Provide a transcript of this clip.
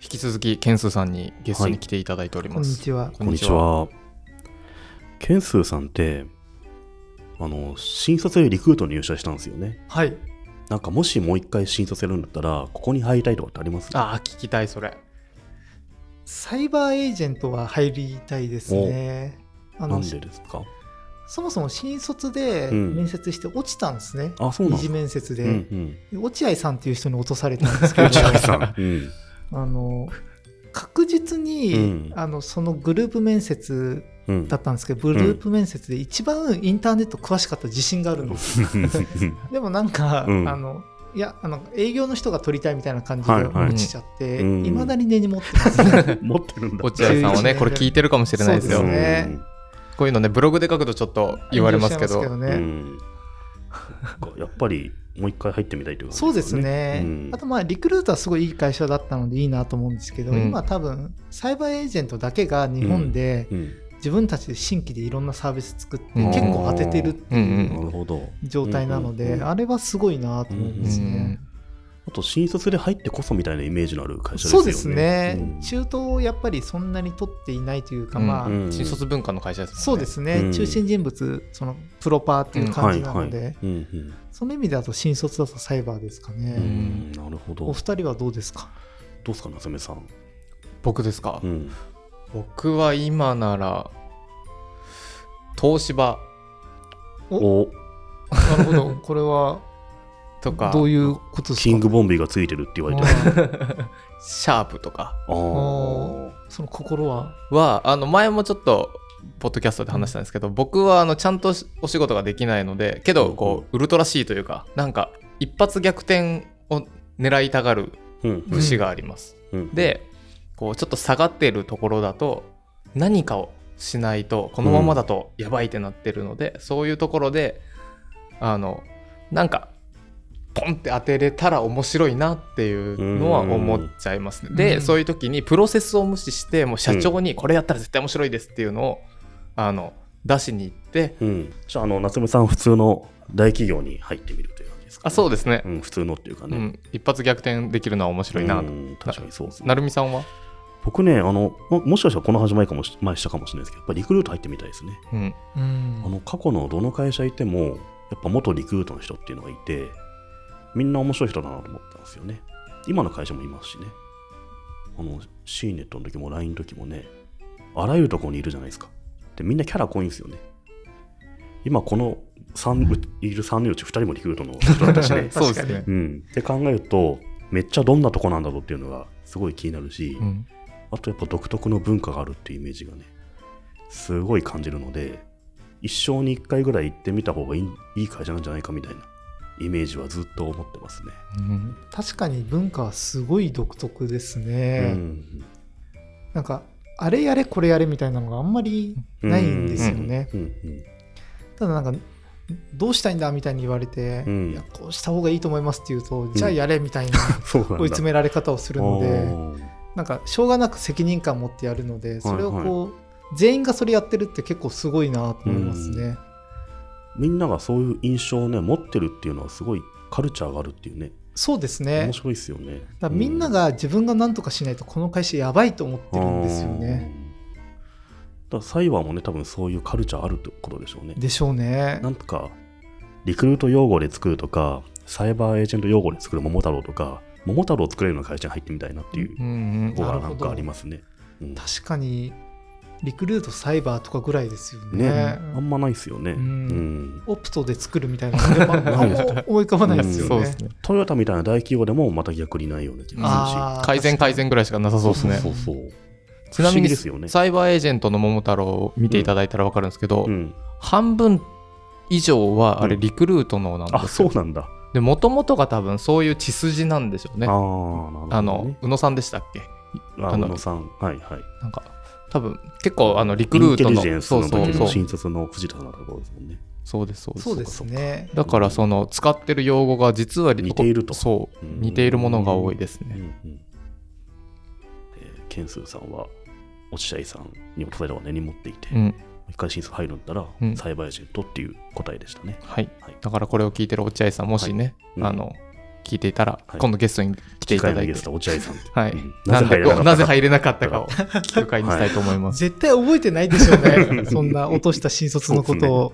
き続きケンスーさんにゲストに来ていただいておりこまんにす。ちは。ここんにちは。ケンスーさんって、あの、新卒でリクルートに入社したんですよね。はい。なんかもしもう一回新卒やるんだったら、ここに入りたいとかってありますああ、聞きたい、それ。サイバーエージェントは入りたいですね。あなのんでですかそもそも新卒でうん面接して落ちたんですね。あ、そう二なんで次すか。面接うで、んうん。で落合さんっていう人に落とされた んですけどうん。あの確実に、うんあのそのグループ面接うん。だったんですけどグループ面接で一番インターネット詳しかった自信があるんです、 でもなんか、うんあのいやあの営業の人が取りたいみたいな感じではいはい落ちちゃって、ういんまだに根に持ってますね持ってるんだ。落合さんはね、 11これ聞いてるかもしれないですそよ。うですねこういうのね、ブログで書くとちょっと言われますけど。言われうまん。すうけどねんそっかやっぱりもう一回入ってみたいという感じそうですね、うんあとまあリクルートはすごいいい会社だったのでいいなと思うんですけど、うん今多分サイバーエージェントだけが日本でうん。自分たちで新規でいろんなサービス作ってうん結構当ててるってうんういんなうるほど。状態なのうんうでんうんあれはすごいなと思うんですうねん。あと新卒で入ってこそみたいなイメージのある会社ですよね。そうですね、うん中東をやっぱりそんなに取っていないというか、うんまあ、うん新卒文化の会社ですもんね。そうですね、うん中心人物そのプロパーっていう感じなので、はいはいうんうんその意味だと新卒だとサイバーですかうね、んなるほど。どおう二人はどうですかですか、夏目さん。僕ですか、うん僕は今なら、東芝おなるほどこれはとか、どういうことですかキングボンビーがついてるって言われてる。あーシャープとかあーその心はは、あの、前もちょっと、ポッドキャストで話したんですけど、僕はあのちゃんとしお仕事ができないので、けど、こう、ウルトラシーというか、なんか、一発逆転を狙いたがるうん節があります。うん、でこうちょっと下がってるところだと何かをしないとこのままだとやばいってなってるので、そういうところであのなんかポンって当てれたら面白いなっていうのは思っちゃいますね。うんでうんそういう時にプロセスを無視してもう社長にこれやったら絶対面白いですっていうのをあの出しに行ってうん、じゃああの夏目さん普通の大企業に入ってみるという感じですか、あそうですね、うん、普通のっていうかうね、ん、一発逆転できるのは面白いなと。うん確かにそうですねなるみさんは、僕ねあのももしかしたらこの始まりかもし前したかもしれないですけどやっぱリクルート入ってみたいですねうんうんあの過去のどの会社いてもやっぱ元リクルートの人っていうのがいてみんな面白い人だなと思ったんですよね今の会社もいますしねあの C ネットの時も LINE の時もねあらゆるところにいるじゃないですかでみんなキャラ濃いんですよね今この三ういる3人のうち2人もリクルートの人 、だったしね確かにそうですね、うん、って考えるとめっちゃどんなとこなんだろうっていうのがすごい気になるし、うんあとやっぱ独特の文化があるっていうイメージがね、すごい感じるので、一生に一回ぐらい行ってみた方がいいいい会社なんじゃないかみたいなイメージはずっと思ってますね。うん確かに文化はすごい独特ですね、うんなんかあれやれこれやれみたいなのがあんまりないんですよね、うんただなんかどうしたいんだみたいに言われて、うんいやこうした方がいいと思いますって言うと、じゃあやれみたいなそうなんだ。追い詰められ方をするのでおーなんかしょうがなく責任感持ってやるのでそれをこう、は全員がそれやってるって結構すごいなと思いますね、みんながそういう印象をね、持ってるっていうのはすごいカルチャーがあるっていうね、そうですね面白いですよね。だからみんなが自分が何とかしないとこの会社やばいと思ってるんですよね、あー。だからサイバーもね、多分そういうカルチャーあるってことでしょうね。でしょうねなんとか、リクルート用語で作るとか、サイバーエージェント用語で作る桃太郎とか、桃太郎を作れるような会社に入ってみたいなっていううのんほどがなんかありますね。うん確かにリクルートサイバーとかぐらいですよねね、あんまないですよね。うんうんオプトで作るみたいなのがあんま思い浮かばないですよね。そうですねトヨタみたいな大企業でもまた逆にないような気がするし。あー改善改善ぐらいしかなさそうですねそうそうそう。ちなみ不思議に、ですよね。サイバーエージェントの桃太郎を見ていただいたら分かるんですけど、うん、半分以上はあれうんリクルートのなんあ、ですよ、そうなんだ。でもともとが多分そういう血筋なんでしょうねああ、なあるほど、ね。の宇野さんでしたっけああの宇野さん。はいはい。なんか多分結構あのリクルートインのテリジェンスそうのそう時そのう新卒の藤田さんのところですもんね。そうですそうですそうですね。だからその使ってる用語が実はリ似ているとそううん似ているものが多いですねうんうんえーケンスーさんは落合さんにも例えば根に持っていて、うん、一回審査入るんだったら、うんサイバーエージェントっていう答えでしたね。はいはいだからこれを聞いてる落合さんもしね、はいうんあの聞いていたら、はい今度ゲストに来ていただいゲてス、ト、落合さん。はいうん、なんでななぜぜ入入れなかったかを 伺いにしたいと思います。絶対覚えてないでしょうね。そんな落とした新卒のことを。